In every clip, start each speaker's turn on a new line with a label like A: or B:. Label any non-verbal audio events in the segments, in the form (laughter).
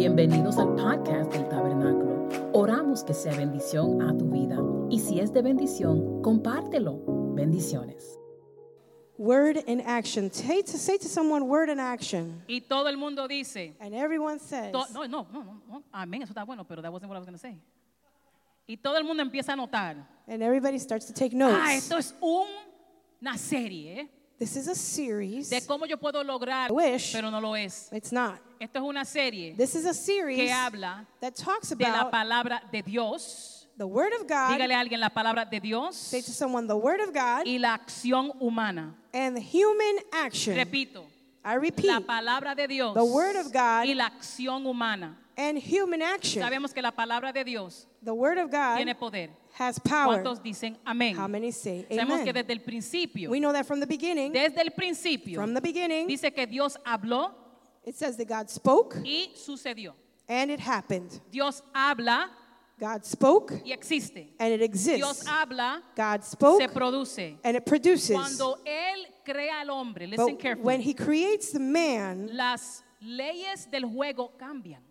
A: Bienvenidos al podcast del Tabernáculo. Oramos que sea bendición a tu vida y si es de bendición, compártelo. Bendiciones.
B: Word in action. Say to, say to someone, word in action.
C: Y todo el mundo dice,
B: And everyone says,
C: to- no, no, no, no, no, amén, eso está bueno, pero that wasn't what I was gonna say. Y todo el mundo empieza a notar,
B: and everybody starts to take
C: ah,
B: notes.
C: esto es un- una serie ¿eh?
B: This is a series.
C: de cómo yo puedo lograr,
B: I wish.
C: pero no lo es.
B: It's not.
C: Esto es una serie
B: This is a
C: que
B: series
C: habla
B: that talks
C: de la
B: about
C: palabra de Dios.
B: the Word of God.
C: Dígale a alguien la palabra de Dios
B: Say to someone, the Word of God
C: y la acción humana.
B: and human action.
C: Repito,
B: I
C: la
B: repeat,
C: palabra de Dios
B: The word of God.
C: y la acción humana.
B: and human action.
C: Sabemos que la palabra de Dios
B: The Word of God
C: tiene poder.
B: has power.
C: ¿Cuántos dicen amén?
B: How many say
C: Sabemos que
B: amen?
C: desde el principio,
B: We know that from the beginning.
C: desde el principio,
B: From the beginning,
C: dice que Dios habló
B: it says that God spoke
C: y sucedió.
B: and it happened.
C: Dios habla
B: God spoke
C: y existe.
B: and it
C: Dios
B: exists.
C: habla,
B: God
C: se
B: spoke
C: produce.
B: and it produces.
C: Cuando Él crea al hombre, listen
B: But when
C: carefully,
B: he creates the man,
C: las leyes del juego cambian.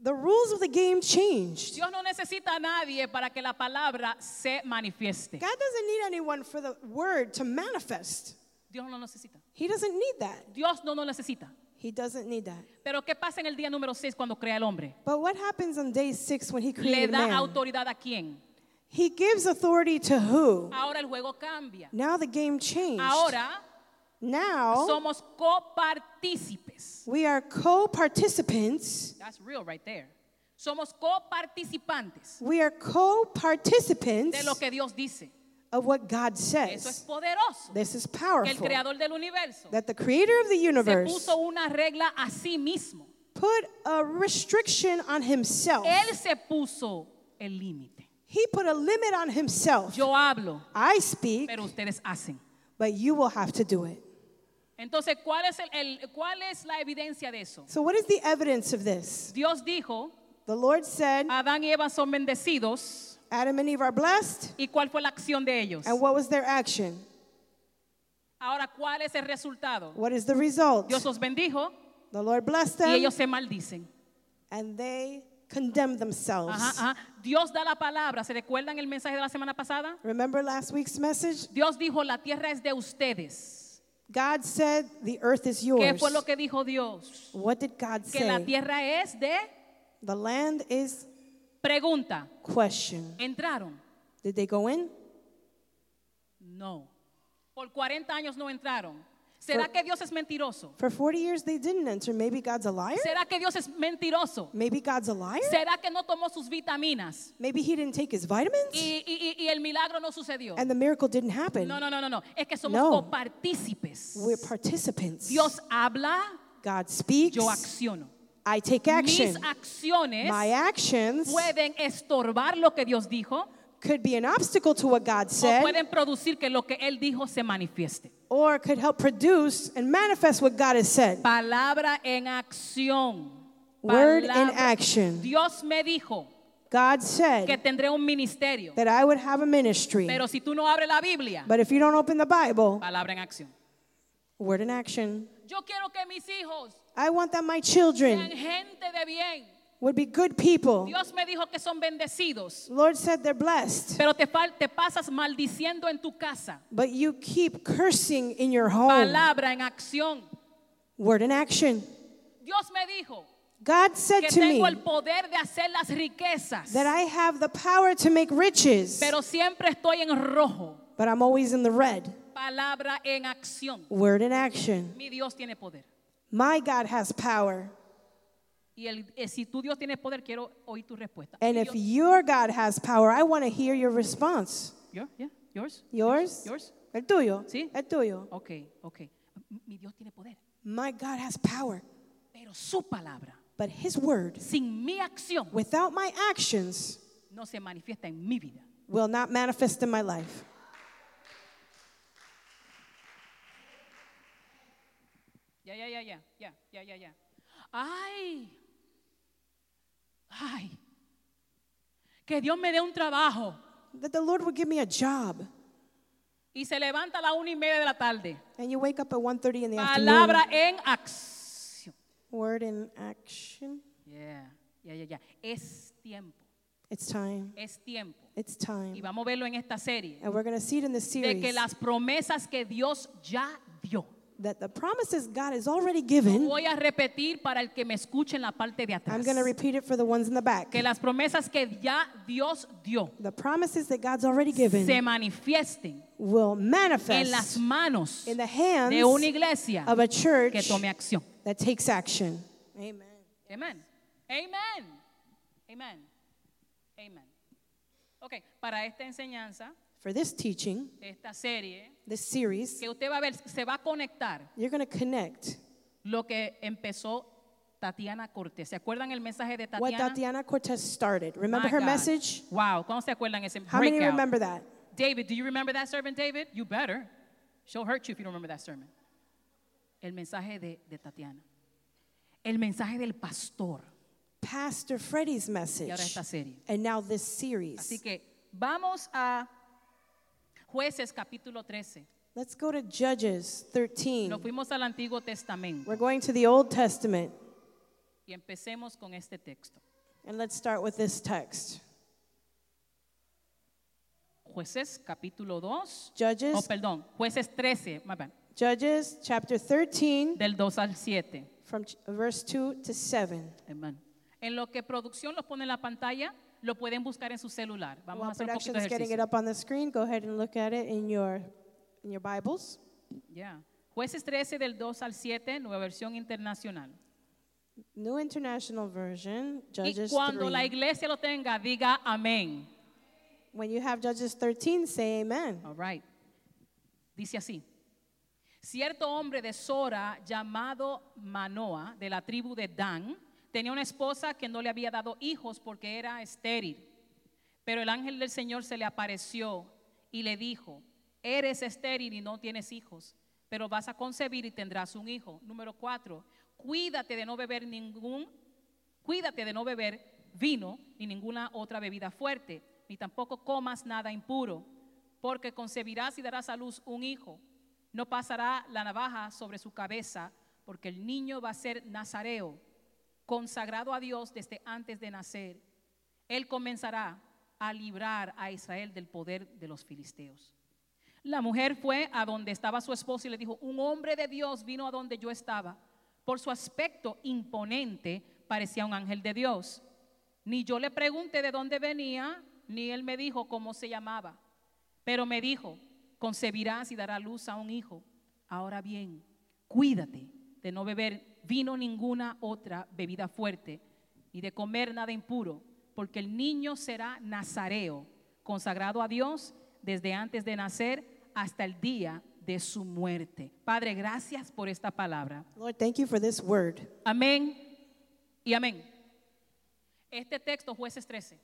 B: the rules of the game changed.
C: Dios no necesita a nadie para que la palabra se
B: God
C: manifieste.
B: doesn't need anyone for the word to manifest.
C: Dios no lo necesita.
B: He doesn't need that.
C: Dios no lo necesita.
B: He doesn't need that.
C: Pero ¿qué pasa en el día número 6 cuando crea el hombre?
B: But what happens on day six when he
C: ¿Le
B: created
C: da
B: man?
C: autoridad a quién?
B: He gives authority to who?
C: Ahora el juego cambia.
B: Now the game changed.
C: Ahora
B: Now
C: somos copartícipes.
B: we are co participants.
C: That's real right there. Somos coparticipantes
B: We are co
C: de
B: participants
C: lo que Dios dice.
B: of what God
C: Eso es
B: says.
C: poderoso.
B: This is
C: Que el
B: powerful.
C: creador del universo
B: That the creator of the
C: se
B: universe
C: puso una regla a sí mismo.
B: put a restriction on himself.
C: Él se puso el límite.
B: He put a limit on himself.
C: Yo hablo,
B: I speak,
C: pero ustedes hacen.
B: but you will have to do it.
C: Entonces, ¿cuál es, el- el- ¿cuál es la evidencia de eso?
B: So, what is the evidence of this?
C: Dios dijo,
B: The Lord said,
C: Adán y Eva son bendecidos.
B: Adam and Eve are blessed.
C: ¿Y cuál fue la acción de ellos?
B: And what was their action?
C: Ahora, ¿cuál es el resultado?
B: What is the result?
C: Dios los bendijo
B: The Lord blessed
C: y
B: them,
C: ellos se maldicen.
B: and they condemned
C: Ajá,
B: themselves.
C: ajá. Dios da la palabra. ¿Se recuerdan el mensaje de la semana pasada?
B: Remember last week's message?
C: Dios dijo, la tierra es de ustedes.
B: God said, The earth is
C: ¿Qué
B: yours.
C: fue lo que dijo Dios?
B: What did God
C: Que la
B: say?
C: tierra es de...
B: The land is
C: Pregunta,
B: question.
C: ¿entraron?
B: Did they go in?
C: No. Por 40 años no entraron. ¿Será
B: For-
C: que Dios es mentiroso?
B: For 40 years they didn't enter. Maybe God's a liar?
C: ¿Será que Dios es mentiroso?
B: Maybe God's a liar?
C: ¿Será que no tomó sus vitaminas?
B: Maybe he didn't take his vitamins
C: Y, y- y- y el milagro no sucedió.
B: and the miracle didn't happen.
C: No, no, no, no, no. Es que somos
B: No.
C: copartícipes.
B: We're participants.
C: Dios habla,
B: God speaks.
C: yo acciono.
B: I take action.
C: Mis acciones
B: My actions
C: pueden estorbar lo que Dios dijo
B: could be an obstacle to what God
C: o
B: said
C: pueden producir que lo que Él dijo se manifieste.
B: or could help produce and manifest what God has said.
C: Palabra en acción.
B: Word in
C: Palabra-
B: action.
C: Dios me dijo
B: God said
C: que tendré un ministerio,
B: that I would have a ministry.
C: pero si tú no abres la Biblia,
B: but if you don't open the Bible,
C: palabra en acción.
B: word in action.
C: Yo quiero que mis hijos
B: I want that my
C: sean
B: children
C: gente de bien.
B: would be good people.
C: Dios me dijo que son bendecidos,
B: Lord said they're blessed,
C: pero te, fal- te pasas maldiciendo en tu casa.
B: but you keep cursing in your home.
C: Palabra en acción.
B: Word in action.
C: Dios me dijo
B: God said
C: que
B: to me
C: tengo el poder de hacer las riquezas,
B: that I have the power to make riches,
C: pero siempre estoy en rojo.
B: but I'm always in the red.
C: Palabra en acción.
B: Word in action.
C: Mi Dios tiene poder.
B: My God has power.
C: Y el, eh, si tu Dios tiene poder, quiero oír tu respuesta.
B: And
C: Mi
B: if
C: Dios-
B: your God has power, I want to hear your response.
C: Your- yeah, yours,
B: Yours?
C: yours.
B: El tuyo.
C: Sí.
B: El tuyo.
C: Ok, ok. M- Mi Dios tiene poder,
B: My God has power,
C: pero su palabra,
B: but his word,
C: sin mi acción,
B: without my actions,
C: no se manifiesta en mi vida.
B: will not manifest in my life.
C: Ya, ya, ya, ya, ya, ya, ya, ya. Ay, ay, que Dios me dé un trabajo.
B: That the Lord would give me a job.
C: Y se levanta a la una y media de la tarde.
B: And you wake up at 1.30 in the afternoon.
C: Palabra en acción.
B: Word in action.
C: Yeah, yeah, yeah, yeah. Es tiempo,
B: It's time.
C: es tiempo.
B: It's
C: Y
B: time.
C: vamos a verlo en esta serie.
B: And we're going to see it in the
C: De
B: series
C: que las promesas que Dios ya dio.
B: that the promises God has already given,
C: Voy a repetir para el que me escuche en la parte de
B: I'm
C: atrás.
B: going to repeat it for the ones in the back.
C: Que las promesas que ya Dios dio
B: The promises that God's already
C: se
B: given
C: manifiesten
B: will
C: en las
B: manifest
C: manos
B: in the hands
C: de una iglesia
B: of a
C: que
B: church
C: tome acción.
B: that takes action. Amen.
C: Amén. Amén. Amén. Amén. Ok, para esta enseñanza,
B: For this teaching,
C: esta serie,
B: this series,
C: que usted va a ver, se va a conectar
B: you're going to connect
C: lo que empezó Tatiana Cortés. ¿Se acuerdan el mensaje de
B: what
C: Tatiana?
B: Tatiana Cortez started. Remember
C: My
B: her
C: God.
B: message?
C: Wow, ¿cómo se acuerdan ese
B: How many
C: breakout?
B: remember that?
C: David, do you remember that sermon, David? You better. She'll hurt you if you don't remember that sermon. El mensaje de, de Tatiana. El mensaje del pastor.
B: Pastor Freddie's
C: Y ahora
B: message.
C: esta serie.
B: And now this
C: Así
B: series.
C: que vamos a Jueces capítulo 13.
B: Let's go to Judges 13.
C: Nos fuimos al Antiguo Testamento
B: We're going to the Old Testament.
C: y empecemos con este texto.
B: And let's start with this text.
C: Jueces capítulo 2.
B: Judges,
C: Oh, perdón, Jueces 13, my bad,
B: Judges chapter 13,
C: del 2 al 7.
B: from ch- verse 2 to 7.
C: Hermano. En lo que producción los pone en la pantalla, lo pueden buscar en su celular. Vamos a
B: While
C: hacer un
B: production
C: poquito de
B: is getting
C: ejercicio.
B: it up on the screen, go ahead and look at it in your, in your Bibles.
C: Ya. Jueces 13 del 2 al 7, nueva versión internacional.
B: New International Version,
C: Y
B: Judges
C: cuando la
B: 3.
C: iglesia lo tenga, diga amén.
B: When you have Judges 13, say amen.
C: All right. Dice así. Cierto hombre de Sora llamado Manoa de la tribu de Dan tenía una esposa que no le había dado hijos porque era estéril. Pero el ángel del Señor se le apareció y le dijo, eres estéril y no tienes hijos, pero vas a concebir y tendrás un hijo. Número cuatro, cuídate de no beber ningún, cuídate de no beber vino ni ninguna otra bebida fuerte, ni tampoco comas nada impuro, porque concebirás y darás a luz un hijo. No pasará la navaja sobre su cabeza, porque el niño va a ser nazareo, consagrado a Dios desde antes de nacer. Él comenzará a librar a Israel del poder de los filisteos. La mujer fue a donde estaba su esposo y le dijo, un hombre de Dios vino a donde yo estaba. Por su aspecto imponente parecía un ángel de Dios. Ni yo le pregunté de dónde venía, ni él me dijo cómo se llamaba. Pero me dijo, concebirás y dará luz a un hijo. Ahora bien, cuídate de no beber vino ninguna otra bebida fuerte, ni de comer nada impuro, porque el niño será nazareo, consagrado a Dios desde antes de nacer hasta el día de su muerte. Padre, gracias por esta palabra.
B: Lord, thank you for this word.
C: Amén y amén. Este texto, jueces 13,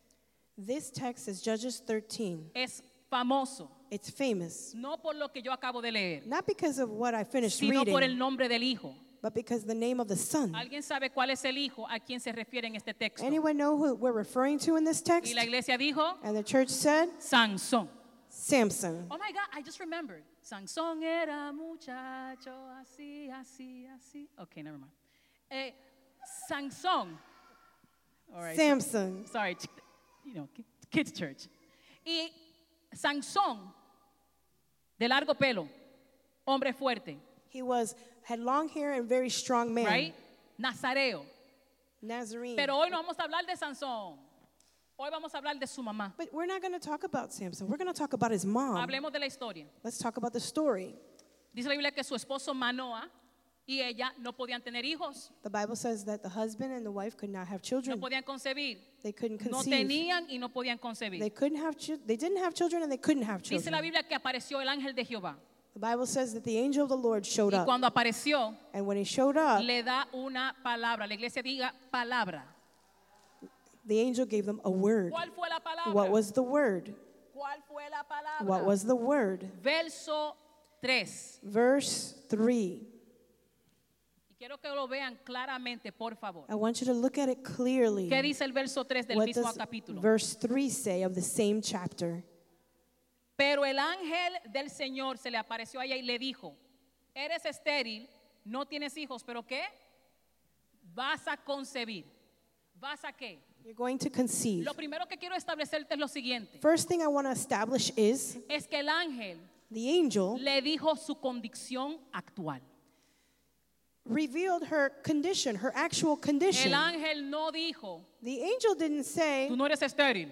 B: This text is Judges 13.
C: es famoso,
B: It's famous,
C: no por lo que yo acabo de leer.
B: not because of what I finished
C: sino por el
B: reading,
C: nombre del hijo.
B: but because the name of the Son.
C: ¿Alguien sabe cuál es el hijo a quien se refiere en este texto?
B: Anyone know who we're referring to in this
C: Y
B: text?
C: la iglesia dijo,
B: And the church said,
C: Sansón.
B: Samson.
C: Oh my God, I just remembered. Sansón era muchacho así, así, así. Okay, never mind. Eh, Sansón. All right,
B: Samson.
C: sorry, ch- you know, ki- kids church. Y Sansón, de largo pelo, hombre fuerte,
B: He was had long hair and very strong man.
C: right? Nazareo.
B: Nazarene.
C: Pero hoy no vamos a hablar de Sansón. Hoy vamos a hablar de su mamá.
B: but we're not going to talk about Samson. We're going to talk about his mom.
C: Hablemos de la historia.
B: Let's talk about the story.
C: Dice la Biblia que su esposo Manoa y ella no podían tener hijos,
B: The Bible says that the husband and the wife could not have
C: no
B: children.
C: podían concebir.
B: they couldn't
C: No
B: conceive.
C: tenían y no podían
B: they
C: concebir.
B: couldn't have chil- they didn't have children and they couldn't have
C: Dice
B: children.
C: la Biblia que apareció el ángel de Jehová.
B: the Bible says that the angel of the Lord showed
C: Y
B: up. Ah.
C: cuando apareció,
B: and when he showed up,
C: le da una palabra. La iglesia diga palabra.
B: the angel gave them a word.
C: ¿Cuál fue la palabra?
B: What was the word?
C: ¿Cuál fue la palabra?
B: What was the word?
C: Verso 3.
B: Verse 3.
C: Y quiero que lo vean claramente, por favor.
B: I want you to look at it clearly.
C: ¿Qué dice el verso 3 del
B: What
C: mismo
B: does
C: capítulo?
B: verse 3 say of the same chapter?
C: Pero el ángel del Señor se le apareció a ella y le dijo, eres estéril, no tienes hijos, pero ¿qué? Vas a concebir ¿Vas a qué?
B: You're going to conceive.
C: Lo primero que quiero establecerte es lo siguiente.
B: First thing I want to establish is
C: Es que el ángel
B: the angel
C: le dijo su condición actual.
B: revealed her condition, her actual condition.
C: El ángel no dijo,
B: The angel didn't say,
C: tú no eres estéril.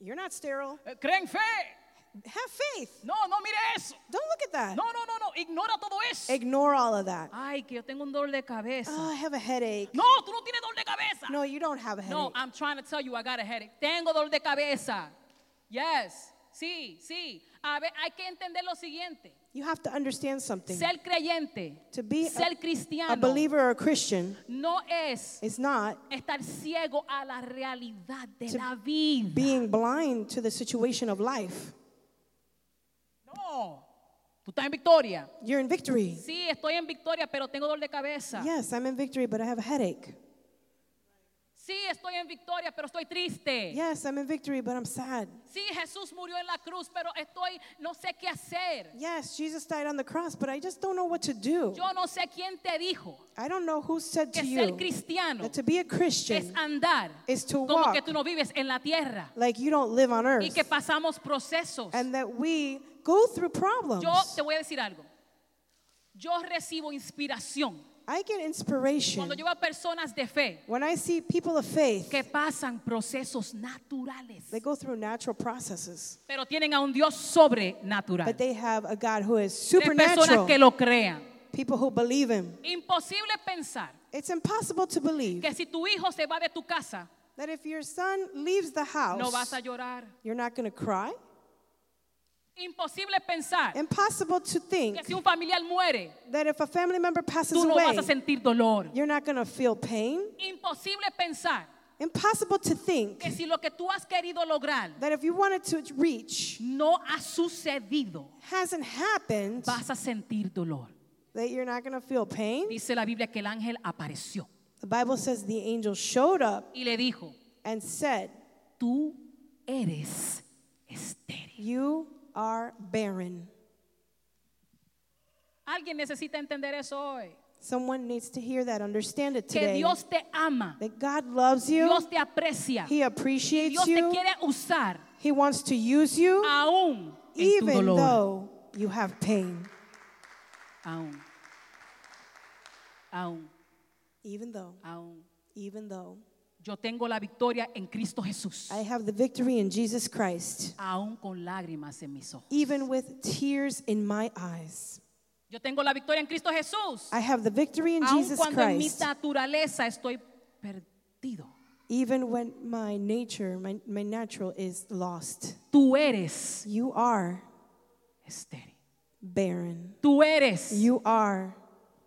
B: You're not sterile.
C: Eh, Cree en fe.
B: Have faith.
C: No, no mire eso.
B: Don't look at that.
C: No, Ah, no, no, no. Ignora todo eso.
B: Ignore all of that.
C: Ay, que yo tengo un dolor de cabeza.
B: Oh, I have a headache.
C: No, tú no tienes dolor de cabeza.
B: No, you don't have a headache.
C: No, ah. I'm trying to tell you I got a headache. Tengo dolor de cabeza. Yes. Sí, sí. A ver, hay que entender lo siguiente.
B: You have to understand something.
C: Ser creyente,
B: To be a-
C: ser
B: A
C: cristiano,
B: believer or a Christian
C: no es
B: is not
C: estar ciego a la realidad de la vida.
B: being blind to the situation of life.
C: No. Tú estás en victoria.
B: You're in victory.
C: Sí, estoy en victoria, pero tengo dolor de cabeza.
B: Yes, I'm in victory, but I have a headache.
C: Sí, estoy en victoria, pero estoy triste.
B: Yes, I'm in victory, but I'm sad.
C: Sí, Jesús murió en la cruz, pero estoy, no sé qué hacer.
B: Yes, Jesus died on the cross, but I just don't know what to do.
C: Yo no sé quién te dijo
B: I don't know who said
C: que
B: to
C: ser
B: you
C: cristiano
B: that to be a
C: es
B: Christian,
C: andar
B: is to
C: como
B: walk.
C: que tú no vives en la tierra
B: like you don't live on
C: y que
B: earth,
C: pasamos procesos.
B: and that we go through problems.
C: Yo te voy a decir algo. Yo recibo inspiración
B: I get inspiration
C: cuando yo veo a personas de fe
B: when I see people of faith
C: que pasan procesos naturales,
B: They go through natural processes,
C: pero tienen a un Dios sobrenatural.
B: but they have a God who is
C: Tres personas
B: supernatural.
C: que lo crean.
B: People who believe Him.
C: Imposible pensar
B: It's impossible to believe
C: que si tu hijo se va de tu casa,
B: that if your son leaves the house,
C: no vas a llorar.
B: you're not going to cry.
C: Imposible pensar
B: Impossible to think
C: que si un familiar muere,
B: that if a family member passes
C: tú no
B: away,
C: vas a sentir dolor.
B: you're not going to feel pain.
C: Imposible pensar
B: Impossible to think
C: que si lo que tú has querido lograr
B: that if you wanted to reach
C: no ha sucedido,
B: hasn't happened,
C: vas a sentir dolor.
B: that you're not going to feel pain.
C: Dice la Biblia que el ángel apareció
B: The Bible says the angel showed up
C: y le dijo,
B: and said,
C: tú eres estéril.
B: You are barren.
C: Alguien necesita entender eso hoy.
B: Someone needs to hear that, understand it
C: Que
B: today.
C: Dios te ama,
B: that God loves you,
C: Dios te aprecia,
B: He appreciates
C: Dios te
B: you,
C: quiere usar
B: He wants to use you,
C: aún en tu
B: even
C: dolor.
B: though you have pain.
C: Aún. Aún.
B: Even though,
C: Aún.
B: even though.
C: Yo tengo la victoria en Cristo Jesús.
B: I have the victory in Jesus Christ,
C: Aún con lágrimas en mis ojos.
B: even with tears in my eyes.
C: Yo tengo la victoria en Cristo Jesús.
B: I have the victory in
C: Aún
B: Jesus
C: cuando en mi
B: Christ,
C: naturaleza estoy perdido.
B: even when my nature, my, my natural is lost.
C: Tú eres
B: You are
C: estéril.
B: barren.
C: Tú eres
B: You are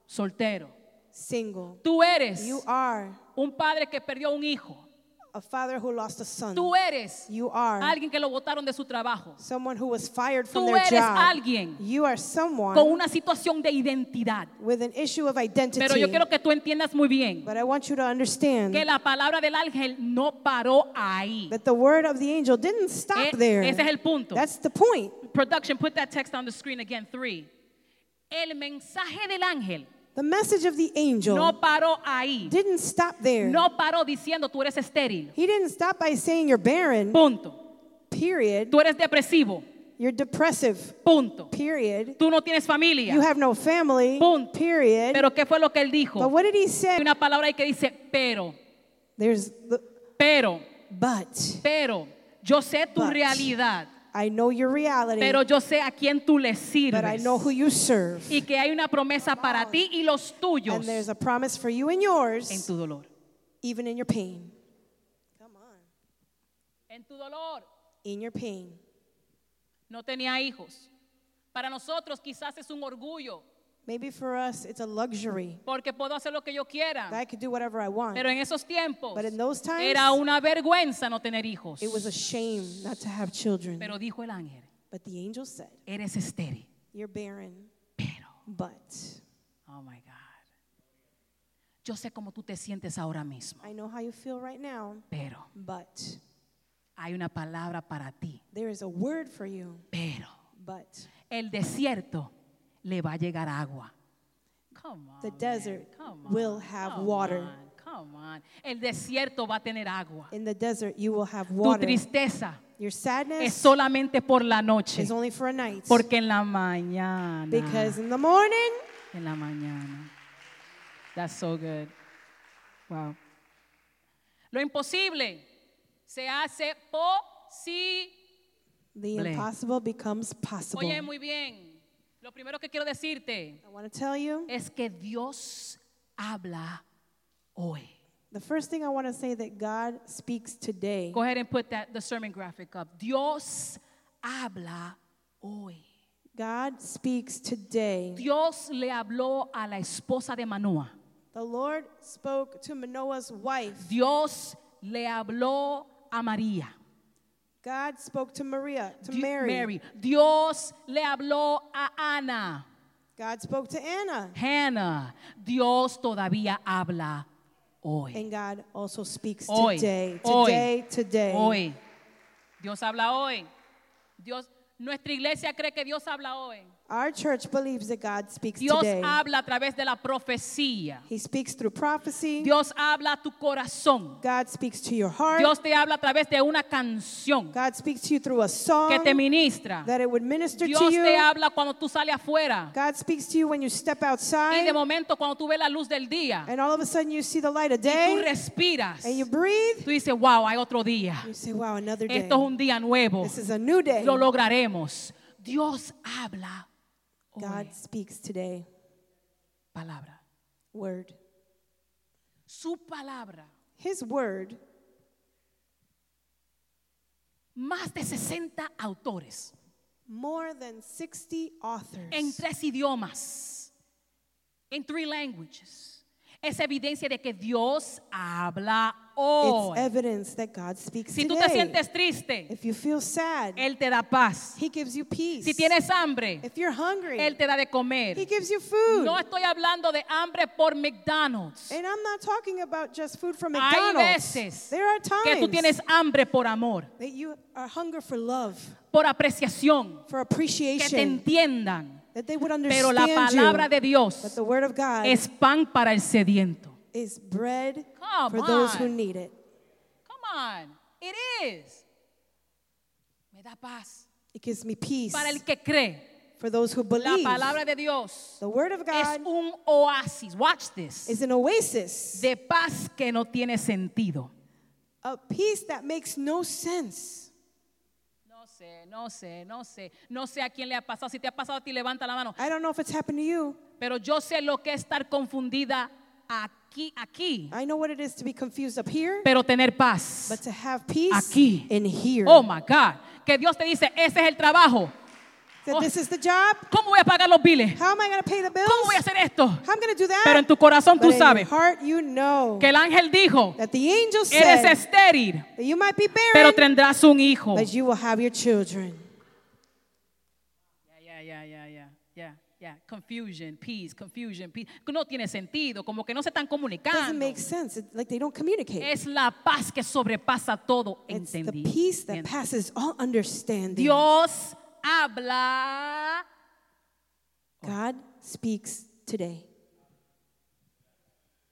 C: soltero.
B: single.
C: Tú eres
B: You are
C: un padre que perdió un hijo.
B: a father who lost a son.
C: Tú eres
B: You are
C: alguien que lo botaron de su trabajo.
B: someone who was fired from
C: Tú
B: their
C: eres
B: job.
C: alguien
B: you are
C: Con
B: someone
C: una situación de identidad.
B: with an issue of identity.
C: Pero yo quiero que tú entiendas muy bien
B: but I want you to understand
C: que la palabra del ángel no paró ahí.
B: that the word of the angel didn't stop
C: E-
B: there.
C: ese es el punto.
B: That's the point.
C: Production, put that text on the screen again. Three. El mensaje del ángel
B: The message of the angel
C: no paró ahí.
B: didn't stop there.
C: No paró diciendo tú eres estéril.
B: He didn't stop by saying you're barren,
C: Punto.
B: period.
C: Tú eres depresivo.
B: You're depressive,
C: Punto.
B: period.
C: Tú no tienes familia.
B: You have no family,
C: Punto.
B: period.
C: Pero ¿qué fue lo que él
B: but
C: dijo?
B: what did he say?
C: Hay una palabra ahí que dice, pero,
B: There's the
C: pero,
B: but.
C: pero, yo sé tu
B: But.
C: realidad,
B: I know your reality,
C: pero yo sé a quién tú le
B: but I
C: sirves.
B: know who you serve.
C: Y que hay una promesa para ti y los tuyos
B: And there's a promise for you and
C: en
B: yours,
C: tu dolor.
B: even in your pain. Come on.
C: En tu dolor.
B: In your pain.
C: No tenía hijos. Para nosotros quizás es un orgullo,
B: Maybe for us, it's a luxury
C: porque puedo hacer lo que yo
B: that
C: quiera.
B: I could do whatever I want.
C: Pero en esos tiempos
B: But in those times,
C: era una vergüenza no tener hijos.
B: It was a shame not to have children.
C: Pero dijo el ángel,
B: But the angel said,
C: eres estéril.
B: You're barren,
C: Pero,
B: but
C: oh my God, yo sé cómo tú te sientes ahora mismo,
B: I know how you feel right now,
C: pero
B: but
C: hay una palabra para ti.
B: there is a word for you,
C: Pero
B: but
C: el desierto le va a llegar agua. Come on,
B: the
C: man,
B: desert
C: come on,
B: will have
C: come
B: water.
C: on, Come on. El desierto va a tener agua.
B: In the desert, you will have
C: Tu
B: water.
C: tristeza
B: Your
C: es
B: sadness
C: solamente por la noche.
B: is only for a night.
C: Porque en la mañana.
B: Because in the morning,
C: En la mañana. That's so good. Wow. Lo imposible se hace posible.
B: the
C: Ble.
B: impossible becomes possible.
C: Oye, muy bien. Lo primero que quiero decirte
B: I want to tell you
C: es que Dios habla hoy.
B: the first thing I want to say that God speaks today.
C: Go ahead and put that the sermon graphic up. Dios habla hoy.
B: God speaks today.
C: Dios le habló a la esposa de Manoah.
B: The Lord spoke to Manoah's wife.
C: Dios le habló a María.
B: God spoke to Maria, to
C: Di-
B: Mary.
C: Dios le habló a Ana.
B: God spoke to Anna.
C: Hannah. Dios todavía habla hoy.
B: And God also speaks
C: Hoy.
B: today,
C: Hoy.
B: today, today.
C: Hoy. Dios habla hoy. Dios, nuestra iglesia cree que Dios habla hoy.
B: Our church believes that God speaks
C: Dios
B: today.
C: habla a través de la profecía.
B: He speaks through prophecy.
C: Dios habla a tu corazón.
B: God speaks to your heart.
C: Dios te habla a través de una canción
B: God speaks to you through a song
C: que te ministra.
B: that it would minister
C: Dios
B: to you.
C: te habla cuando tú sales afuera.
B: God speaks to you when you step
C: Y
B: outside
C: de momento cuando tú ves la luz del día,
B: and all of a sudden you see the light of
C: tú
B: day
C: respiras.
B: and you breathe.
C: Tú dices, wow, hay otro día.
B: You say, wow, another day.
C: Esto es un día nuevo.
B: This is a new day.
C: Lo lograremos. Dios habla hoy.
B: God speaks today.
C: Palabra.
B: Word.
C: Su palabra.
B: His word,
C: Más de 60 autores
B: more than 60 authors.
C: en tres idiomas. En three languages. Es evidencia de que Dios habla
B: It's
C: hoy.
B: evidence that God speaks
C: Si tú te
B: today.
C: sientes triste,
B: If you feel sad,
C: Él te da paz.
B: He gives you peace.
C: Si tienes hambre,
B: if you're hungry,
C: Él te da de comer.
B: He gives you food.
C: No estoy hablando de hambre por McDonald's.
B: and I'm not talking about just food from
C: Hay
B: McDonald's.
C: veces
B: there are times
C: que tú tienes hambre por amor,
B: that you are hunger for love,
C: por apreciación,
B: for
C: que te
B: appreciation,
C: entiendan.
B: that they would understand
C: Pero la palabra
B: you.
C: de
B: but
C: Dios
B: the word of God
C: es pan para el sediento.
B: is bread
C: Come
B: for those who
C: on.
B: need it.
C: Come on, it is. Me da paz.
B: It gives me peace
C: Para el que cree,
B: for those who
C: la
B: believe.
C: palabra de Dios
B: the word of
C: es
B: God
C: un oasis. Watch this.
B: is an oasis,
C: De paz que no tiene sentido.
B: a peace that makes no sense.
C: No sé, no sé, no sé. No sé a quién le ha pasado. Si te ha pasado a ti, levanta la mano.
B: I don't know if it's happened to you.
C: Pero yo sé lo que es estar confundida aquí, aquí,
B: I know what it is to be confused up here,
C: pero tener paz.
B: but to have peace
C: Aquí.
B: in here.
C: Oh my God. Que Dios te dice, ese es el trabajo.
B: That
C: oh.
B: this is the job.
C: ¿Cómo voy a pagar los biles?
B: How am I going to pay the bills?
C: ¿Cómo voy a hacer esto?
B: How am I going to do that?
C: Pero en tu corazón
B: but in
C: tú
B: your
C: sabes
B: heart, you know
C: que el ángel dijo,
B: that the angel
C: eres
B: said
C: estéril,
B: that you might be
C: pero
B: barren,
C: tendrás un hijo.
B: but you will have your children.
C: Ya, ya, ya, ya, ya, ya. Confusion, peace, confusion, peace. No tiene sentido, como que no se están
B: It doesn't
C: comunicando.
B: make sense. It's like they don't communicate.
C: Es la paz que sobrepasa todo
B: it's the
C: entendimiento.
B: peace that passes all understanding.
C: Dios habla.
B: God speaks today.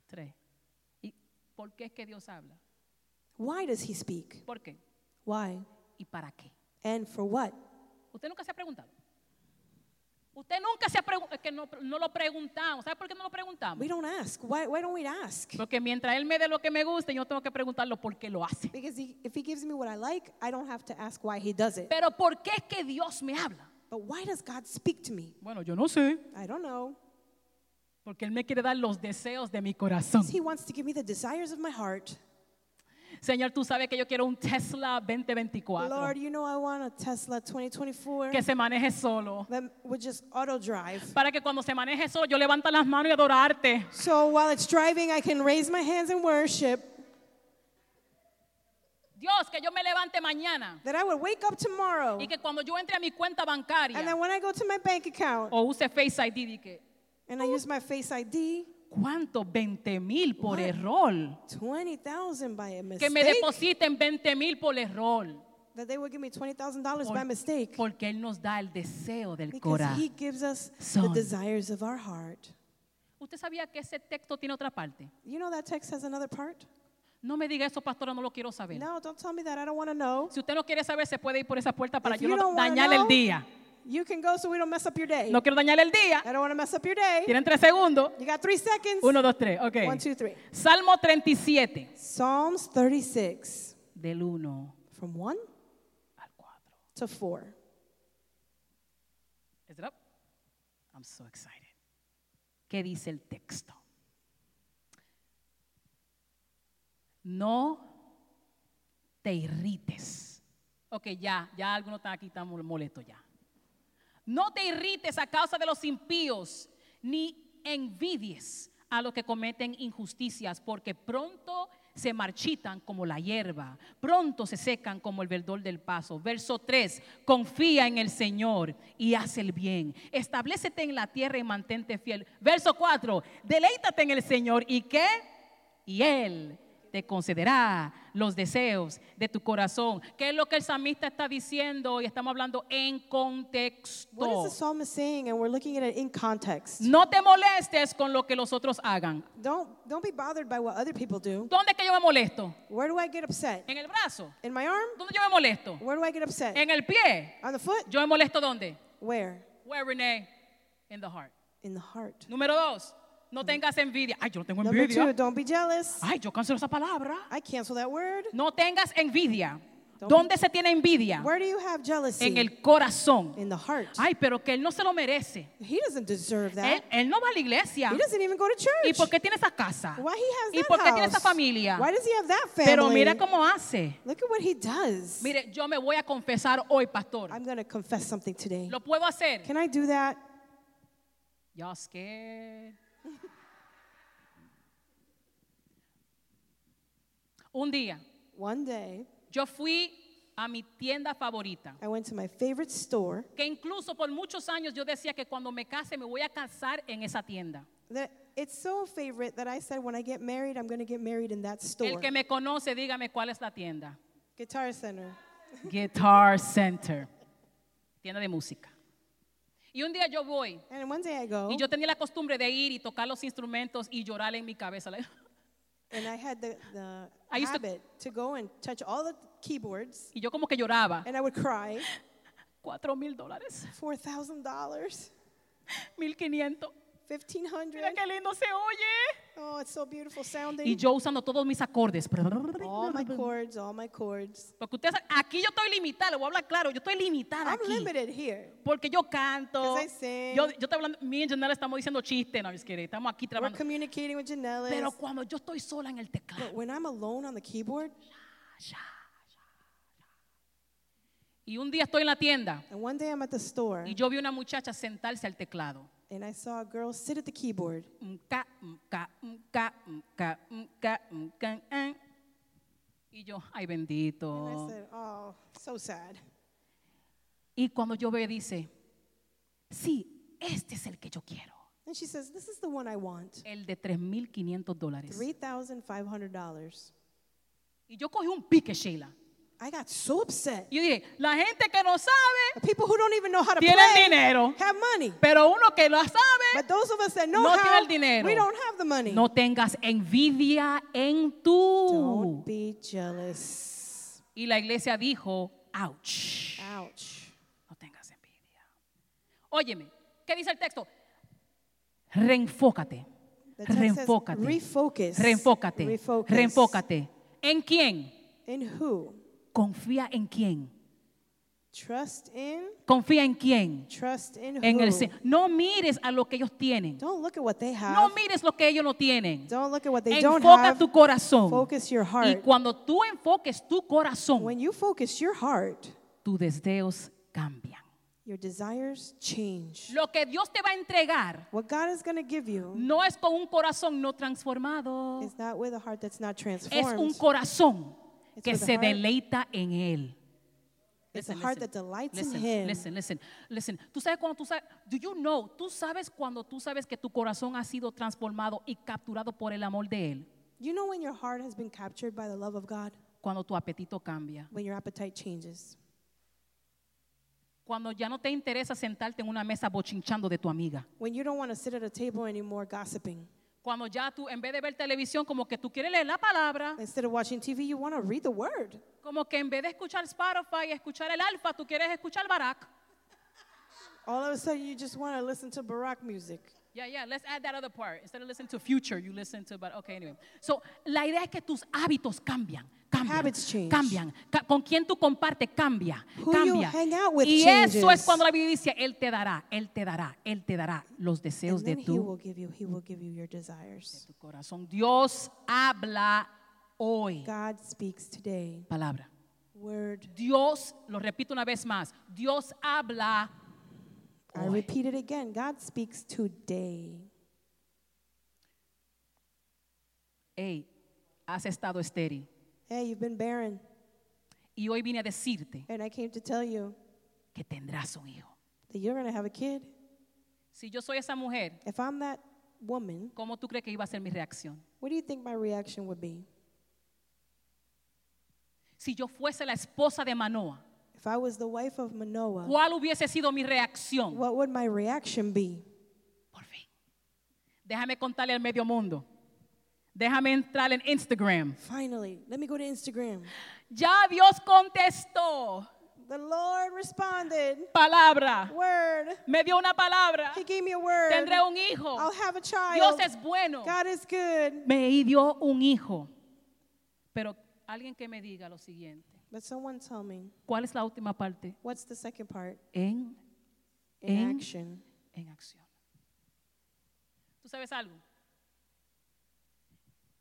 C: Tres. ¿Y por qué es que Dios habla?
B: Why does he speak?
C: ¿Por qué?
B: Why?
C: ¿Y para qué?
B: And for what?
C: Usted nunca se ha preguntado. Usted nunca se ha preguntado. Es que no, no lo preguntamos. ¿Sabe por qué no lo preguntamos?
B: We don't ask. Why, why don't we ask?
C: Porque mientras Él me dé lo que me gusta, yo tengo que preguntarlo por qué lo hace.
B: Because he, if he gives me what I like, I don't have to ask why he does it.
C: Pero ¿por qué es que Dios me habla?
B: But why does God speak to me?
C: Bueno, yo no sé.
B: I don't know.
C: Porque Él me quiere dar los deseos de mi corazón.
B: He wants to give me the desires of my heart.
C: Señor, tú sabes que yo quiero un Tesla 2024.
B: Lord, you know I want a Tesla 2024
C: que se maneje solo.
B: that would just auto drive.
C: Para que cuando se maneje solo, yo levanta las manos y adorarte.
B: So while it's driving, I can raise my hands and worship.
C: Dios, que yo me levante mañana
B: That I would wake up tomorrow.
C: y que cuando yo entre a mi cuenta
B: And then
C: bancaria
B: when I go to my bank account
C: o use Face ID, di que
B: and I
C: Oh.
B: use my Face ID,
C: ¿cuánto? 20 mil por
B: What?
C: error.
B: 20,000 by a
C: Que me
B: mistake.
C: depositen 20 mil por error.
B: That they would give me $20,000
C: Por-
B: by mistake.
C: Porque Él nos da el deseo del
B: Because
C: corazón.
B: he gives us the
C: Son.
B: desires of our heart.
C: ¿Usted sabía que ese texto tiene otra parte?
B: You know that text has another part?
C: No me diga eso, pastora, no lo quiero saber.
B: No, don't tell me that. I don't want to know.
C: Si usted no quiere saber, se puede ir por esa puerta para
B: If
C: yo
B: you
C: no
B: don't wanna
C: dañarle el
B: know-
C: día.
B: You can go so we don't mess up your day.
C: No quiero dañarle el día.
B: I don't want to mess up your day.
C: Tienen tres segundos.
B: You got three seconds.
C: Uno, dos, tres. Ok.
B: One, two, three.
C: Salmo 37,
B: Psalms 36,
C: del 1
B: from 1
C: al 4.
B: to 4.
C: Is it up? I'm so excited. ¿Qué dice el texto? No te irrites. Ok, ya, ya algunos están aquí, están mol- molestos ya. No te irrites a causa de los impíos, ni envidies a los que cometen injusticias, porque pronto se marchitan como la hierba, pronto se secan como el verdor del paso. Verso 3, confía en el Señor y haz el bien, establecete en la tierra y mantente fiel. Verso 4, deleítate en el Señor y que, y Él te concederá los deseos de tu corazón. ¿Qué es lo que el salmista está diciendo? Y estamos hablando en contexto.
B: What is the psalmist saying? And we're looking at it in context.
C: No te molestes con lo que los otros hagan.
B: Don't, don't be bothered by what other people do.
C: ¿Dónde es que yo me molesto?
B: Where do I get upset?
C: ¿En el brazo?
B: In my arm?
C: ¿Dónde yo me molesto?
B: Where do I get upset?
C: ¿En el pie?
B: On the foot?
C: ¿Yo me molesto dónde?
B: Where?
C: Where, Renee? In the heart.
B: In the heart.
C: Número dos, no tengas envidia. Ay, yo no tengo
B: Number two,
C: envidia.
B: don't be jealous.
C: Ay, yo cancelo esa palabra.
B: I cancel that word.
C: No tengas envidia.
B: Don't-
C: ¿Dónde se tiene envidia?
B: Where do you have jealousy?
C: En el corazón.
B: in the heart.
C: Ay, pero que él no se lo merece.
B: he doesn't deserve
C: Él,
B: that.
C: él no va a la iglesia.
B: He doesn't even go to church.
C: ¿Y por qué tiene esa casa?
B: Why he has
C: ¿Y
B: that
C: por qué tiene
B: house?
C: esa familia?
B: Why does he have that family?
C: Pero mira cómo hace.
B: Look at what he does.
C: Mire, yo me voy a confesar hoy, pastor.
B: I'm going to confess something today.
C: Lo puedo hacer.
B: Can I do that? (laughs)
C: Y'all scared. Un día,
B: One day,
C: yo fui a mi tienda favorita,
B: I went to my favorite store
C: que incluso por muchos años yo decía que cuando me case me voy a casar en esa tienda.
B: that it's so favorite that I said when I get married, I'm going to get married in that
C: El
B: store.
C: que me conoce, dígame cuál es la tienda.
B: Guitar Center.
C: Guitar Center, tienda de música. Y un día yo voy
B: And one day I go,
C: y yo tenía la costumbre de ir y tocar los instrumentos y llorar en mi cabeza. (laughs)
B: and I had the, the
C: I used to-
B: habit to go and touch all the keyboards,
C: Y yo como que lloraba.
B: and I would cry.
C: Cuatro mil dólares,
B: $4,000,
C: 1500. Mira
B: $1,500.
C: qué lindo se oye.
B: Oh, it's so beautiful
C: Y
B: sounding.
C: yo usando todos mis acordes.
B: All my chords, all my chords.
C: Porque ustedes, saben, aquí yo estoy limitada, le voy a hablar claro, yo estoy limitada
B: I'm
C: aquí.
B: limited here.
C: Porque yo canto.
B: 'Cause I sing.
C: Yo, yo estoy hablando, mi en general estamos diciendo chistes, no, es que estamos aquí
B: We're
C: trabajando.
B: communicating with Janelle.
C: Pero cuando yo estoy sola en el teclado,
B: But when I'm alone on the keyboard,
C: y un día estoy en la tienda
B: and one day I'm at the store,
C: y yo vi una muchacha sentarse al teclado.
B: and I saw a girl sit at the keyboard.
C: Mm, ca, mm, ca, mm, ca, mm, ca, mm, ca, mm, can, an. Y yo, ay
B: And
C: bendito.
B: I said, Oh, so sad.
C: Y cuando yo veo, dice, sí, este es el que yo quiero.
B: And she says, This is the one I want.
C: El de 3.500 dólares.
B: $3,500.
C: Y yo cogí un pique, Sheila.
B: I got so upset.
C: Y yo dije, la gente que no
B: The
C: sabe,
B: people who don't even know how to
C: Tienen
B: play
C: dinero.
B: have money.
C: pero uno que lo sabe,
B: But those of us that know
C: No
B: how,
C: tiene el dinero.
B: we don't have the money.
C: no tengas envidia en
B: Don't
C: tu.
B: be jealous.
C: Y la iglesia dijo, ouch,
B: Ouch.
C: no tengas envidia. Óyeme, ¿qué dice el texto? Reenfócate,
B: The text says,
C: reenfócate,
B: refocus.
C: reenfócate,
B: Refocus.
C: reenfócate. ¿En quién?
B: In who?
C: Confía en quién.
B: Trust in.
C: Confía en quién.
B: Trust in who?
C: En el Se- no mires a lo que ellos tienen.
B: Don't look at what they have.
C: No mires lo que ellos no tienen.
B: Don't look at what they don't
C: Enfoca
B: have.
C: tu corazón.
B: Focus your
C: Y
B: heart.
C: cuando tú enfoques tu corazón,
B: When you focus your heart,
C: tus deseos cambian.
B: your desires change.
C: Lo que Dios te va a entregar
B: What God is going to give you
C: no es con un corazón no transformado,
B: is not with a heart that's not
C: es un
B: transformed.
C: corazón
B: It's
C: que
B: with a
C: se
B: heart.
C: deleita en Él.
B: It's a heart that delights in
C: listen,
B: Him.
C: Listen, listen, listen. Tú sabes cuando tú sabes, do you know, tú sabes cuando tú sabes que tu corazón ha sido transformado y capturado por el amor de Él,
B: You know when your heart has been captured by the love of God?
C: cuando tu apetito cambia.
B: When your appetite changes.
C: Cuando ya no te interesa sentarte en una mesa bochinchando de tu amiga.
B: When you don't want to sit at a table anymore gossiping.
C: Cuando ya tú, en vez de ver televisión, como que tú quieres leer la palabra,
B: Instead of watching TV, you want to read the word.
C: como que en vez de escuchar Spotify y escuchar el alfa, tú quieres escuchar Barack.
B: All of a sudden, you just want to listen to Barack music.
C: Yeah, yeah, let's add that other part. Instead of listening to future, you listen to, but okay, anyway. So, la idea es que tus hábitos cambian. Cambian,
B: Habits change.
C: cambian, Ca- con quien tú compartes cambia,
B: Who you
C: cambia.
B: hang out with
C: y eso es
B: changes.
C: cuando la Biblia dice, Él te dará, Él te dará, Él te dará los deseos
B: And
C: de
B: then he will
C: tu,
B: give you, he will give you your desires.
C: tu corazón. Dios habla hoy.
B: God speaks today.
C: Palabra.
B: Word.
C: Dios, lo repito una vez más, Dios habla
B: I repeat it again. God speaks today.
C: Hey, has estado estéril.
B: Hey, you've been barren,
C: Y hoy vine a decirte
B: and I came to tell you
C: que tendrás un hijo.
B: that you're going to have a kid.
C: Si yo soy esa mujer,
B: If I'm that woman,
C: ¿cómo tú crees que iba a ser mi reacción?
B: what do you think my reaction would be?
C: Si yo fuese la esposa de Manoa,
B: If I was the wife of Manoah,
C: ¿cuál hubiese sido mi reacción?
B: what would my reaction be?
C: Por fin. Déjame contarle al medio mundo. Déjame entrar en Instagram.
B: Finally, let me go to Instagram.
C: Ya Dios contestó.
B: The Lord responded,
C: Palabra.
B: Word.
C: Me dio una palabra.
B: He gave me a word.
C: Tendré un hijo.
B: I'll have a
C: Dios
B: child.
C: es bueno.
B: God is good.
C: Me dio un hijo. Pero alguien que me diga lo siguiente.
B: But someone tell me,
C: ¿Cuál es la última parte?
B: what's the second part?
C: En,
B: In
C: En-
B: action.
C: en acción. ¿Tú sabes algo?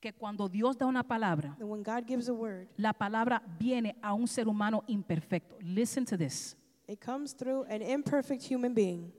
C: Que cuando Dios da una palabra,
B: And when God gives a word,
C: la palabra viene a un ser humano imperfecto. Listen to this.
B: it comes through an imperfect human being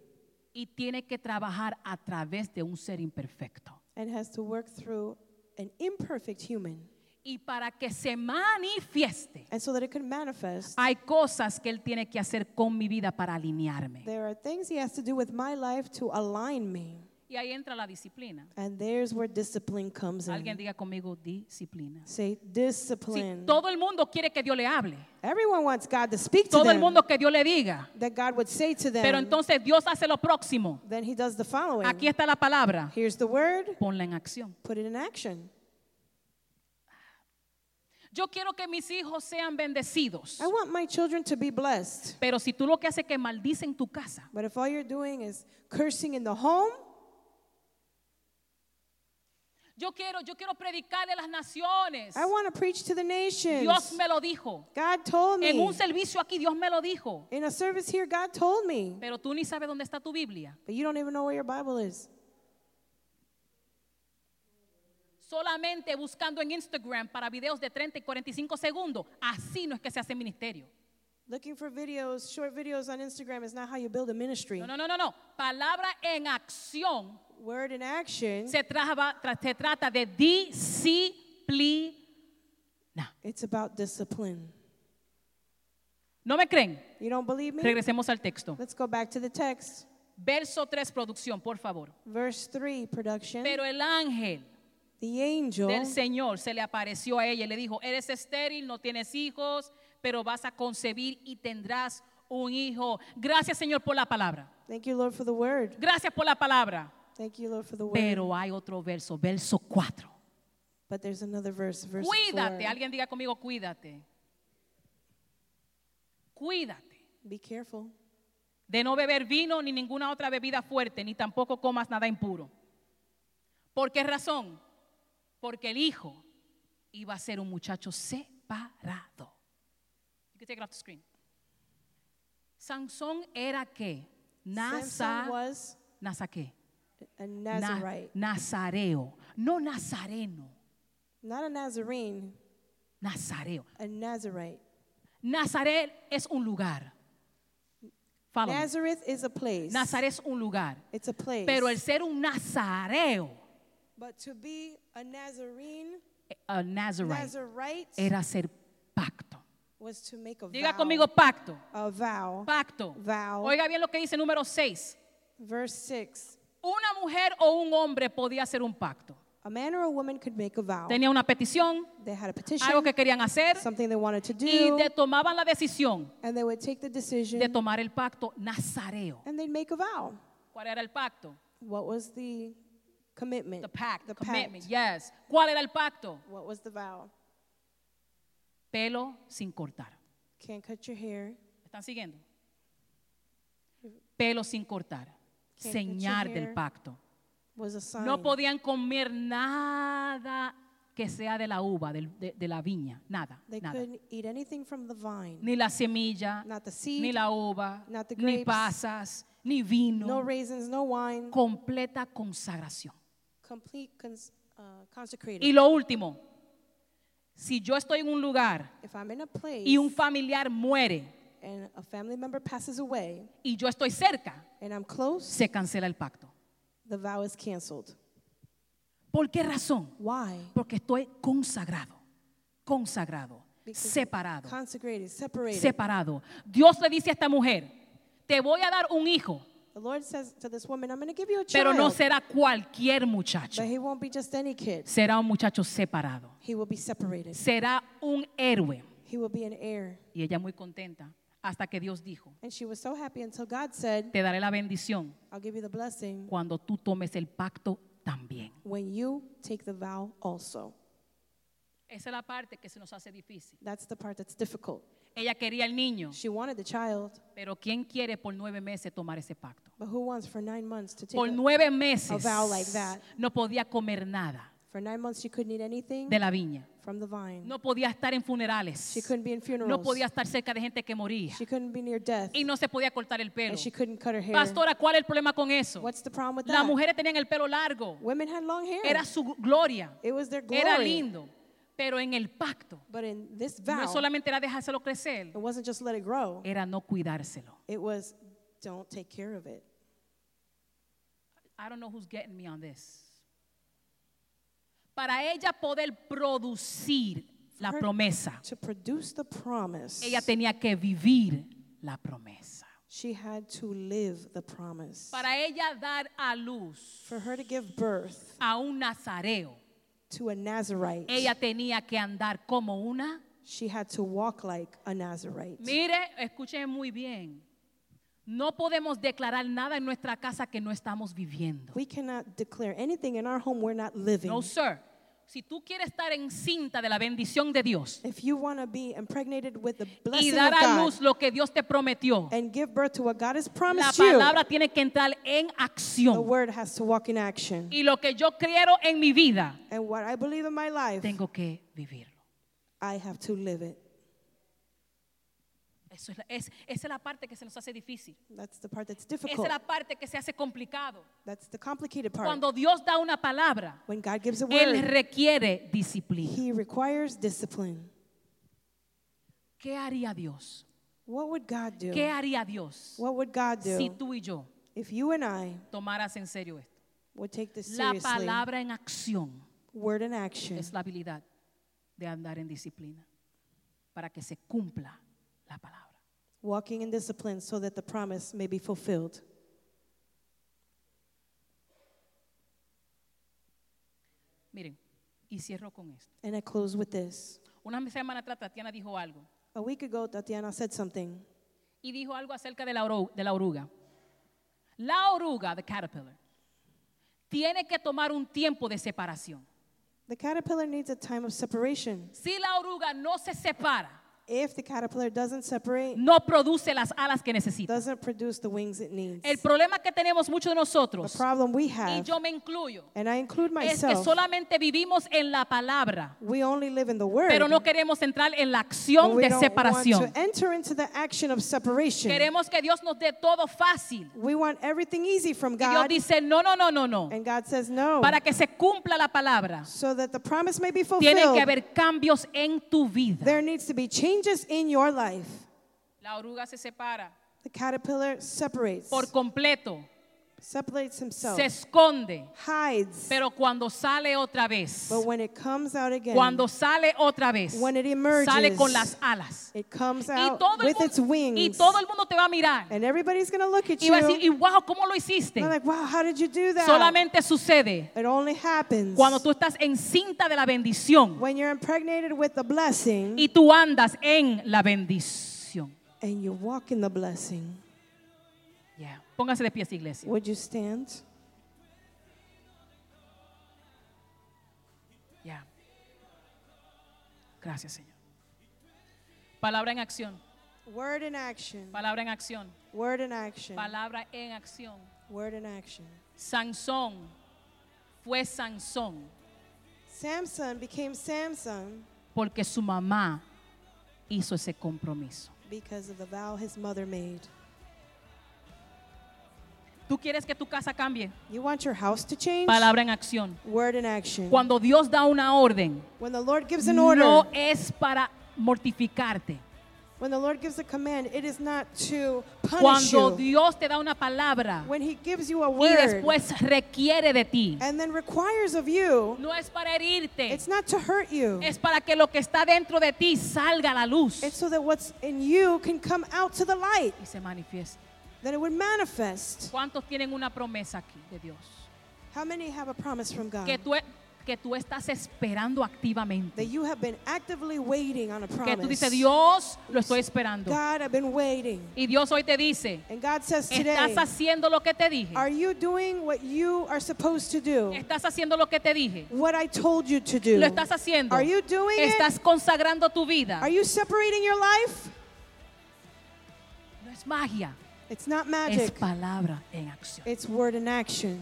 C: Y tiene que trabajar a través de un ser imperfecto.
B: and has to work through an imperfect human.
C: Y para que se manifieste,
B: And so that it can manifest,
C: hay cosas que Él tiene que hacer con mi vida para alinearme.
B: there are things He has to do with my life to align me.
C: Y ahí entra la disciplina.
B: And there's where discipline comes
C: Alguien
B: in.
C: diga conmigo disciplina.
B: Say
C: Sí,
B: discipline.
C: todo el mundo quiere que Dios le hable.
B: Everyone wants God to speak to
C: Todo el
B: them,
C: mundo que Dios le diga.
B: that God would say to them.
C: Pero entonces Dios hace lo próximo.
B: then He does the following.
C: Aquí está la palabra.
B: Here's the word,
C: Ponla en acción.
B: put it in action.
C: Yo quiero que mis hijos sean bendecidos.
B: I want my children to be blessed.
C: Pero si tú lo que haces es que maldicen tu casa,
B: But if all you're doing is cursing in the home,
C: yo quiero, yo quiero predicarle a las naciones.
B: I want to preach to the nations.
C: Dios me lo dijo.
B: God told
C: En
B: me.
C: un servicio aquí Dios me lo dijo.
B: In a service here, God told me.
C: Pero tú ni sabes dónde está tu Biblia.
B: But you don't even know where your Bible is.
C: Solamente buscando en Instagram para videos de 30 y 45 segundos. Así no es que se hace ministerio.
B: Looking for videos, short videos on Instagram is not how you build a ministry.
C: No, no, no, no, no. Palabra en acción
B: Word in action,
C: se, traba- tra- se trata de disciplina.
B: it's about discipline.
C: ¿No me creen?
B: You don't believe me?
C: Regresemos al texto.
B: Let's go back to the text.
C: Verso 3, producción, por favor.
B: Verse 3, production.
C: Pero el ángel
B: the angel
C: del Señor se le apareció a ella y le dijo, eres estéril, no tienes hijos, pero vas a concebir y tendrás un hijo. Gracias Señor por la palabra.
B: Thank you, Lord, for the word.
C: Gracias por la palabra.
B: Thank you, Lord, for the word.
C: Pero hay otro verso, verso 4.
B: but there's another verse, verse
C: Cuídate,
B: 4.
C: alguien diga conmigo, cuídate. Cuídate
B: Be careful
C: de no beber vino ni ninguna otra bebida fuerte, ni tampoco comas nada impuro. ¿Por qué razón? Porque el hijo iba a ser un muchacho separado. You can take it off the screen. Sansón era qué? Nasa,
B: Samson was
C: ¿Nasa qué?
B: a
C: Na-
B: Nazarite,
C: nazareo. No nazareno,
B: not a Nazarene,
C: nazareo.
B: a Nazarite.
C: Nazaret es un lugar. Follow me.
B: Nazareth is a place.
C: Nazaret es un lugar.
B: It's a place.
C: Pero el ser un nazareo,
B: but to be a Nazarene,
C: eh, a Nazarite,
B: Nazarite
C: era hacer pacto.
B: was to make a
C: Diga
B: vow.
C: conmigo pacto.
B: a vow.
C: Pacto.
B: Vow.
C: Oiga bien lo que dice número 6.
B: Verse 6.
C: Una mujer o un hombre podía hacer un pacto.
B: A man or a woman could make a vow.
C: Tenía una petición,
B: They had a petition,
C: algo que querían hacer
B: something they wanted to
C: y
B: do,
C: de- tomaban la decisión
B: and they would take the decision
C: de tomar el pacto nazareo.
B: and they'd make a vow.
C: ¿Cuál era el pacto?
B: What was the commitment?
C: The pact,
B: The
C: commitment,
B: pact.
C: yes. ¿Cuál era el pacto?
B: What was the vow?
C: Pelo sin cortar.
B: Can't cut your hair.
C: ¿Me ¿Están siguiendo? Pelo sin cortar.
B: Can't cut your
C: Señal del
B: hair.
C: pacto.
B: Was a sign.
C: No podían comer nada que sea de la uva, del- de, de la viña, nada,
B: they
C: nada.
B: couldn't eat anything from the vine.
C: Ni la semilla,
B: Not the seed.
C: ni la uva,
B: not the
C: ni
B: grapes,
C: pasas, ni
B: no
C: vino.
B: raisins, no wine.
C: Completa consagración.
B: Complete cons- uh,
C: Y
B: consecrated.
C: lo último, si yo estoy en un lugar
B: If I'm in a place
C: y un familiar muere
B: and a family member passes away
C: y yo estoy cerca,
B: and I'm close,
C: se cancela el pacto.
B: the vow is canceled.
C: ¿Por qué razón?
B: Why?
C: Porque estoy consagrado, consagrado,
B: Because
C: separado,
B: Consecrated, separated.
C: separado. Dios le dice a esta mujer, te voy a dar un hijo,
B: the Lord says to this woman, I'm going to give you a
C: pero
B: child.
C: no será cualquier muchacho,
B: but he won't be just any kid.
C: será un muchacho separado,
B: He will be separated.
C: será un héroe.
B: He will be an heir.
C: Y ella muy contenta, hasta que Dios dijo,
B: And she was so happy until God said,
C: te daré la bendición
B: I'll give you the blessing
C: cuando tú tomes el pacto también.
B: when you take the vow also.
C: Esa es la parte que se nos hace difícil.
B: That's the part that's difficult.
C: Ella quería el niño,
B: She wanted the child,
C: pero ¿quién quiere por nueve meses tomar ese pacto?
B: but who wants for nine months to take
C: Por
B: a-
C: nueve meses
B: vow like that.
C: no podía comer nada
B: For nine months, she couldn't eat anything
C: de la viña.
B: from the vine.
C: No podía estar en
B: She
C: funerales.
B: couldn't be in funerals.
C: No podía estar cerca de gente que moría.
B: She couldn't be near death.
C: Y no se podía cortar el pelo.
B: and she couldn't cut her hair.
C: Pastora, ¿cuál es el problema con eso?
B: What's the problem with
C: Las
B: that?
C: mujeres tenían el pelo largo.
B: Women had long hair.
C: Era su gloria.
B: it was their glory.
C: Era lindo. Pero en el pacto,
B: But in this
C: no
B: vow,
C: es solamente era dejárselo crecer,
B: it wasn't just let it grow.
C: era no cuidárselo.
B: It was don't take care of it.
C: I don't know who's getting me on this. Para ella poder producir la
B: Her-
C: promesa,
B: To produce the promise,
C: ella tenía que vivir la promesa.
B: she had to live the promise.
C: Para ella dar a luz
B: For her to give birth
C: a un nazareo,
B: to a Nazarite,
C: ella tenía que andar como una.
B: she had to walk like a Nazarite.
C: Mire, escuchen muy bien. No podemos declarar nada en nuestra casa que no estamos viviendo.
B: We cannot declare anything in our home we're not living.
C: No, sir. Si tú quieres estar encinta de la bendición de Dios
B: If you want to be impregnated with the
C: y
B: blessing
C: dar
B: of
C: a
B: God
C: luz lo que Dios te prometió,
B: and give birth to what God has
C: La
B: promised you,
C: palabra tiene que entrar en
B: the
C: acción.
B: word has to walk in action.
C: Y lo que yo quiero en mi vida,
B: And what I believe in my life,
C: tengo que vivirlo.
B: I have to live it.
C: Eso es la- es- esa es la parte que se nos hace difícil.
B: That's the part that's
C: Esa
B: difficult.
C: es la parte que se hace complicado.
B: That's the complicated part.
C: Cuando Dios da una palabra,
B: when God gives a
C: Él
B: word,
C: requiere disciplina.
B: He requires discipline.
C: ¿Qué haría Dios?
B: What would God do?
C: ¿Qué haría Dios
B: What would God do
C: si tú y yo
B: if you and I
C: tomaras en serio esto?
B: would take this
C: La
B: seriously?
C: palabra en acción
B: word in action
C: es la habilidad de andar en disciplina para que se cumpla la palabra.
B: walking in discipline so that the promise may be fulfilled.
C: Miren, y cierro con esto.
B: And I close with this.
C: Una semana atrás Tatiana dijo algo
B: A week ago, Tatiana said something.
C: y dijo algo acerca de la, oru- de la oruga. La oruga, the caterpillar, tiene que tomar un tiempo de separación.
B: The caterpillar needs a time of separation.
C: Si la oruga no se separa,
B: If the caterpillar doesn't separate,
C: no produce las alas que necesita.
B: doesn't produce the wings it needs.
C: El problema que tenemos muchos de
B: The
C: nosotros,
B: problem we
C: y
B: have,
C: yo me incluyo,
B: and I include
C: es que
B: myself,
C: solamente vivimos en la palabra,
B: we only live in the word.
C: pero no queremos entrar en la acción
B: but we
C: de
B: don't
C: separación.
B: want to enter into the action of separation.
C: Queremos que Dios nos dé todo fácil.
B: we want everything easy from
C: Y Dios
B: God,
C: dice, no, no, no, no, no.
B: and God says no.
C: Para que se cumpla la palabra,
B: so that the promise may be
C: tienen
B: fulfilled,
C: que haber cambios en tu vida.
B: there needs to be changes in your life.
C: La oruga se separa
B: The caterpillar separates
C: por completo
B: separates himself,
C: se esconde,
B: hides.
C: pero cuando sale otra vez,
B: But when it comes out again,
C: cuando sale otra vez,
B: When it emerges,
C: sale con las alas.
B: it comes
C: Y
B: out
C: todo, el
B: with its
C: mundo,
B: wings,
C: y todo el mundo te va a mirar
B: and everybody's going to look at
C: y
B: you.
C: va a decir, y wow, ¿cómo lo hiciste?
B: They're like, wow, how did you do that?
C: Solamente sucede
B: it only happens
C: cuando tú estás encinta de la bendición
B: when you're impregnated with the blessing
C: y tú andas en la bendición.
B: and you walk in the blessing.
C: Yeah. Póngase de pies, iglesia.
B: Would you stand?
C: Yeah. Gracias, Señor. Palabra en acción.
B: Word in action.
C: Palabra en acción.
B: Word in action.
C: Palabra en acción.
B: Word in action.
C: Sansón fue Sansón
B: Samson became Samson
C: porque su mamá hizo ese compromiso.
B: because of the vow his mother made.
C: ¿Tú quieres que tu casa cambie?
B: You want your house to change?
C: Palabra en acción.
B: Word in action.
C: Cuando Dios da una orden,
B: When the Lord gives an order,
C: no es para mortificarte.
B: when the Lord gives a command, it is not to punish
C: Cuando
B: you.
C: Dios te da una palabra
B: When he gives you a
C: y
B: word
C: después requiere de ti,
B: and then requires of you,
C: no es para herirte,
B: it's not to hurt you.
C: es para que lo que está dentro de ti salga a la luz
B: It's so that what's in you can come out to the light,
C: y se manifieste.
B: that it would manifest.
C: ¿Cuántos tienen una promesa aquí de Dios?
B: How many have a promise from God
C: que tú, e, que tú estás esperando
B: that
C: activamente.
B: you have been actively waiting on a
C: Que tú
B: promise?
C: dices, Dios, lo estoy esperando.
B: God, I've been waiting.
C: Y Dios hoy te dice,
B: And God says today,
C: estás haciendo lo que te dije.
B: are you doing what you are supposed to do?
C: Estás haciendo lo que te dije.
B: What I told you to do?
C: Lo estás haciendo.
B: Are you doing it?
C: Estás consagrando tu vida.
B: Are you separating your life?
C: No es magia,
B: It's not
C: es
B: magic.
C: palabra en acción.
B: It's word in action.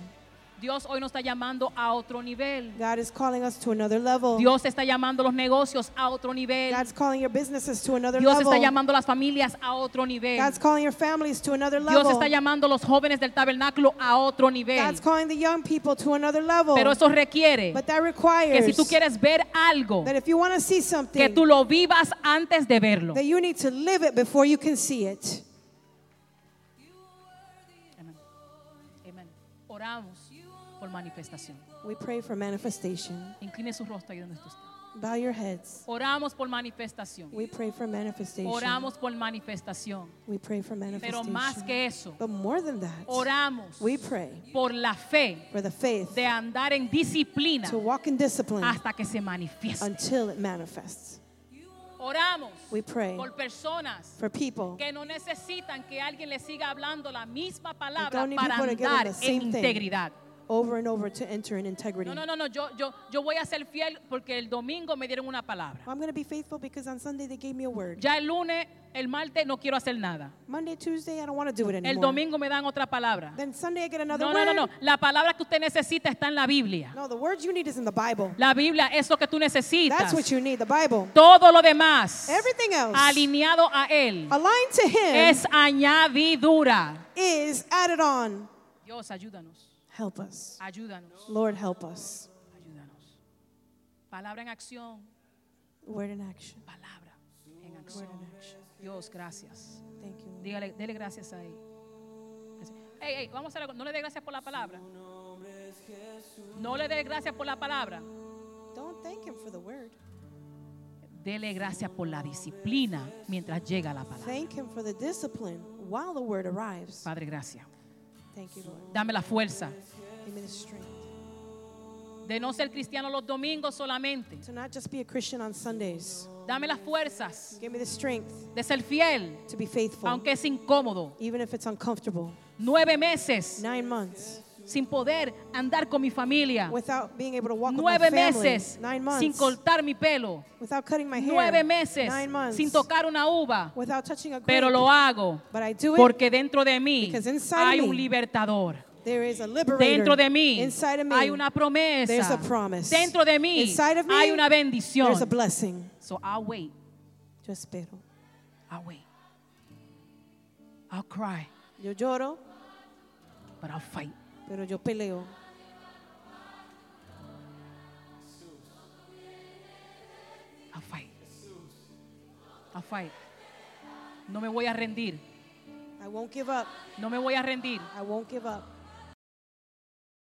C: Dios hoy nos está llamando a otro nivel.
B: God is calling us to another level.
C: Dios está llamando los negocios a otro nivel.
B: God's calling your businesses to another
C: Dios
B: level.
C: está llamando las familias a otro nivel.
B: God's calling your families to another level.
C: Dios está llamando los jóvenes del tabernáculo a otro nivel.
B: God's calling the young people to another level.
C: Pero eso requiere
B: but that requires
C: que si tú quieres ver algo,
B: that if you want to see something,
C: que tú lo vivas antes de verlo.
B: that you need to live it before you can see it.
C: Amén. Amén. Oramos por manifestación.
B: We pray for manifestation.
C: Incline su rostro ahí donde tú estás.
B: Bow your heads.
C: Oramos por manifestación.
B: We pray for manifestation.
C: Oramos por manifestación.
B: We pray for
C: Pero
B: manifestation.
C: más que eso,
B: but more than that,
C: oramos
B: we pray
C: por la fe
B: for the faith
C: de andar en disciplina
B: to walk in discipline
C: hasta que se manifieste.
B: until it manifests.
C: Oramos
B: We pray
C: por personas
B: for people
C: que no necesitan que alguien les siga hablando la misma palabra
B: don't need
C: para
B: people to give them
C: andar
B: the
C: en
B: same thing.
C: integridad.
B: over and over to enter in integrity.
C: No, no, no, no, yo, yo, yo voy a ser fiel porque el domingo me dieron una palabra.
B: I'm going to be faithful because on Sunday they gave me a word.
C: Ya el lunes, el martes no quiero hacer nada.
B: Monday, Tuesday, I don't want to do it anymore.
C: El domingo me dan otra palabra.
B: Then Sunday I get another
C: No, no,
B: word.
C: no, no. La palabra que usted necesita está en la Biblia.
B: No, the word you need is in the Bible.
C: La Biblia es lo que tú necesitas.
B: That's what you need, the Bible.
C: Todo lo demás
B: Everything else
C: alineado a Él
B: aligned to Him
C: es añadidura.
B: is added on.
C: Dios, ayúdanos.
B: Help us.
C: Ayúdanos.
B: Lord, help us.
C: Ayúdanos. Palabra en acción.
B: Word in action.
C: Palabra en
B: Word
C: acción.
B: in action.
C: Dios, gracias.
B: Thank you. Lord.
C: Dígale, dele gracias a él. Gracias. Ey, ey, vamos a hacer algo. No le dé gracias por la palabra. No le dé gracias por la palabra.
B: Don't thank Him for the word.
C: Dele gracias por la disciplina mientras llega la palabra.
B: Thank Him for the discipline while the word arrives.
C: Padre, gracias.
B: Thank you, Lord.
C: Dame la fuerza
B: Give me the strength
C: de no ser cristiano los domingos solamente.
B: to not just be a Christian on Sundays.
C: Dame las fuerzas
B: Give me the strength
C: de ser fiel,
B: to be faithful,
C: aunque es incómodo.
B: even if it's uncomfortable.
C: Nueve meses
B: Nine months
C: sin poder andar con mi familia.
B: without being able to walk
C: Nueve
B: with my Pues, family.
C: meses
B: Nine
C: sin
B: months
C: cortar mi pelo.
B: without cutting my hair.
C: Nueve meses
B: Nine months
C: sin tocar una uva.
B: without touching a grape.
C: Pero lo hago
B: But I do it
C: porque dentro de mí
B: because inside
C: hay
B: me-
C: un libertador.
B: There is a liberator
C: Dentro de mí
B: inside of me.
C: hay una
B: There's
C: promesa.
B: a promise.
C: Dentro de mí
B: Inside of me,
C: hay una bendición.
B: There's a blessing.
C: So I'll wait.
B: Yo espero.
C: I'll wait. I'll cry,
B: Yo lloro,
C: but I'll fight.
B: pero yo peleo.
C: I'll fight. I'll fight. No me voy a rendir.
B: I won't give up.
C: No me voy a rendir.
B: I won't give up.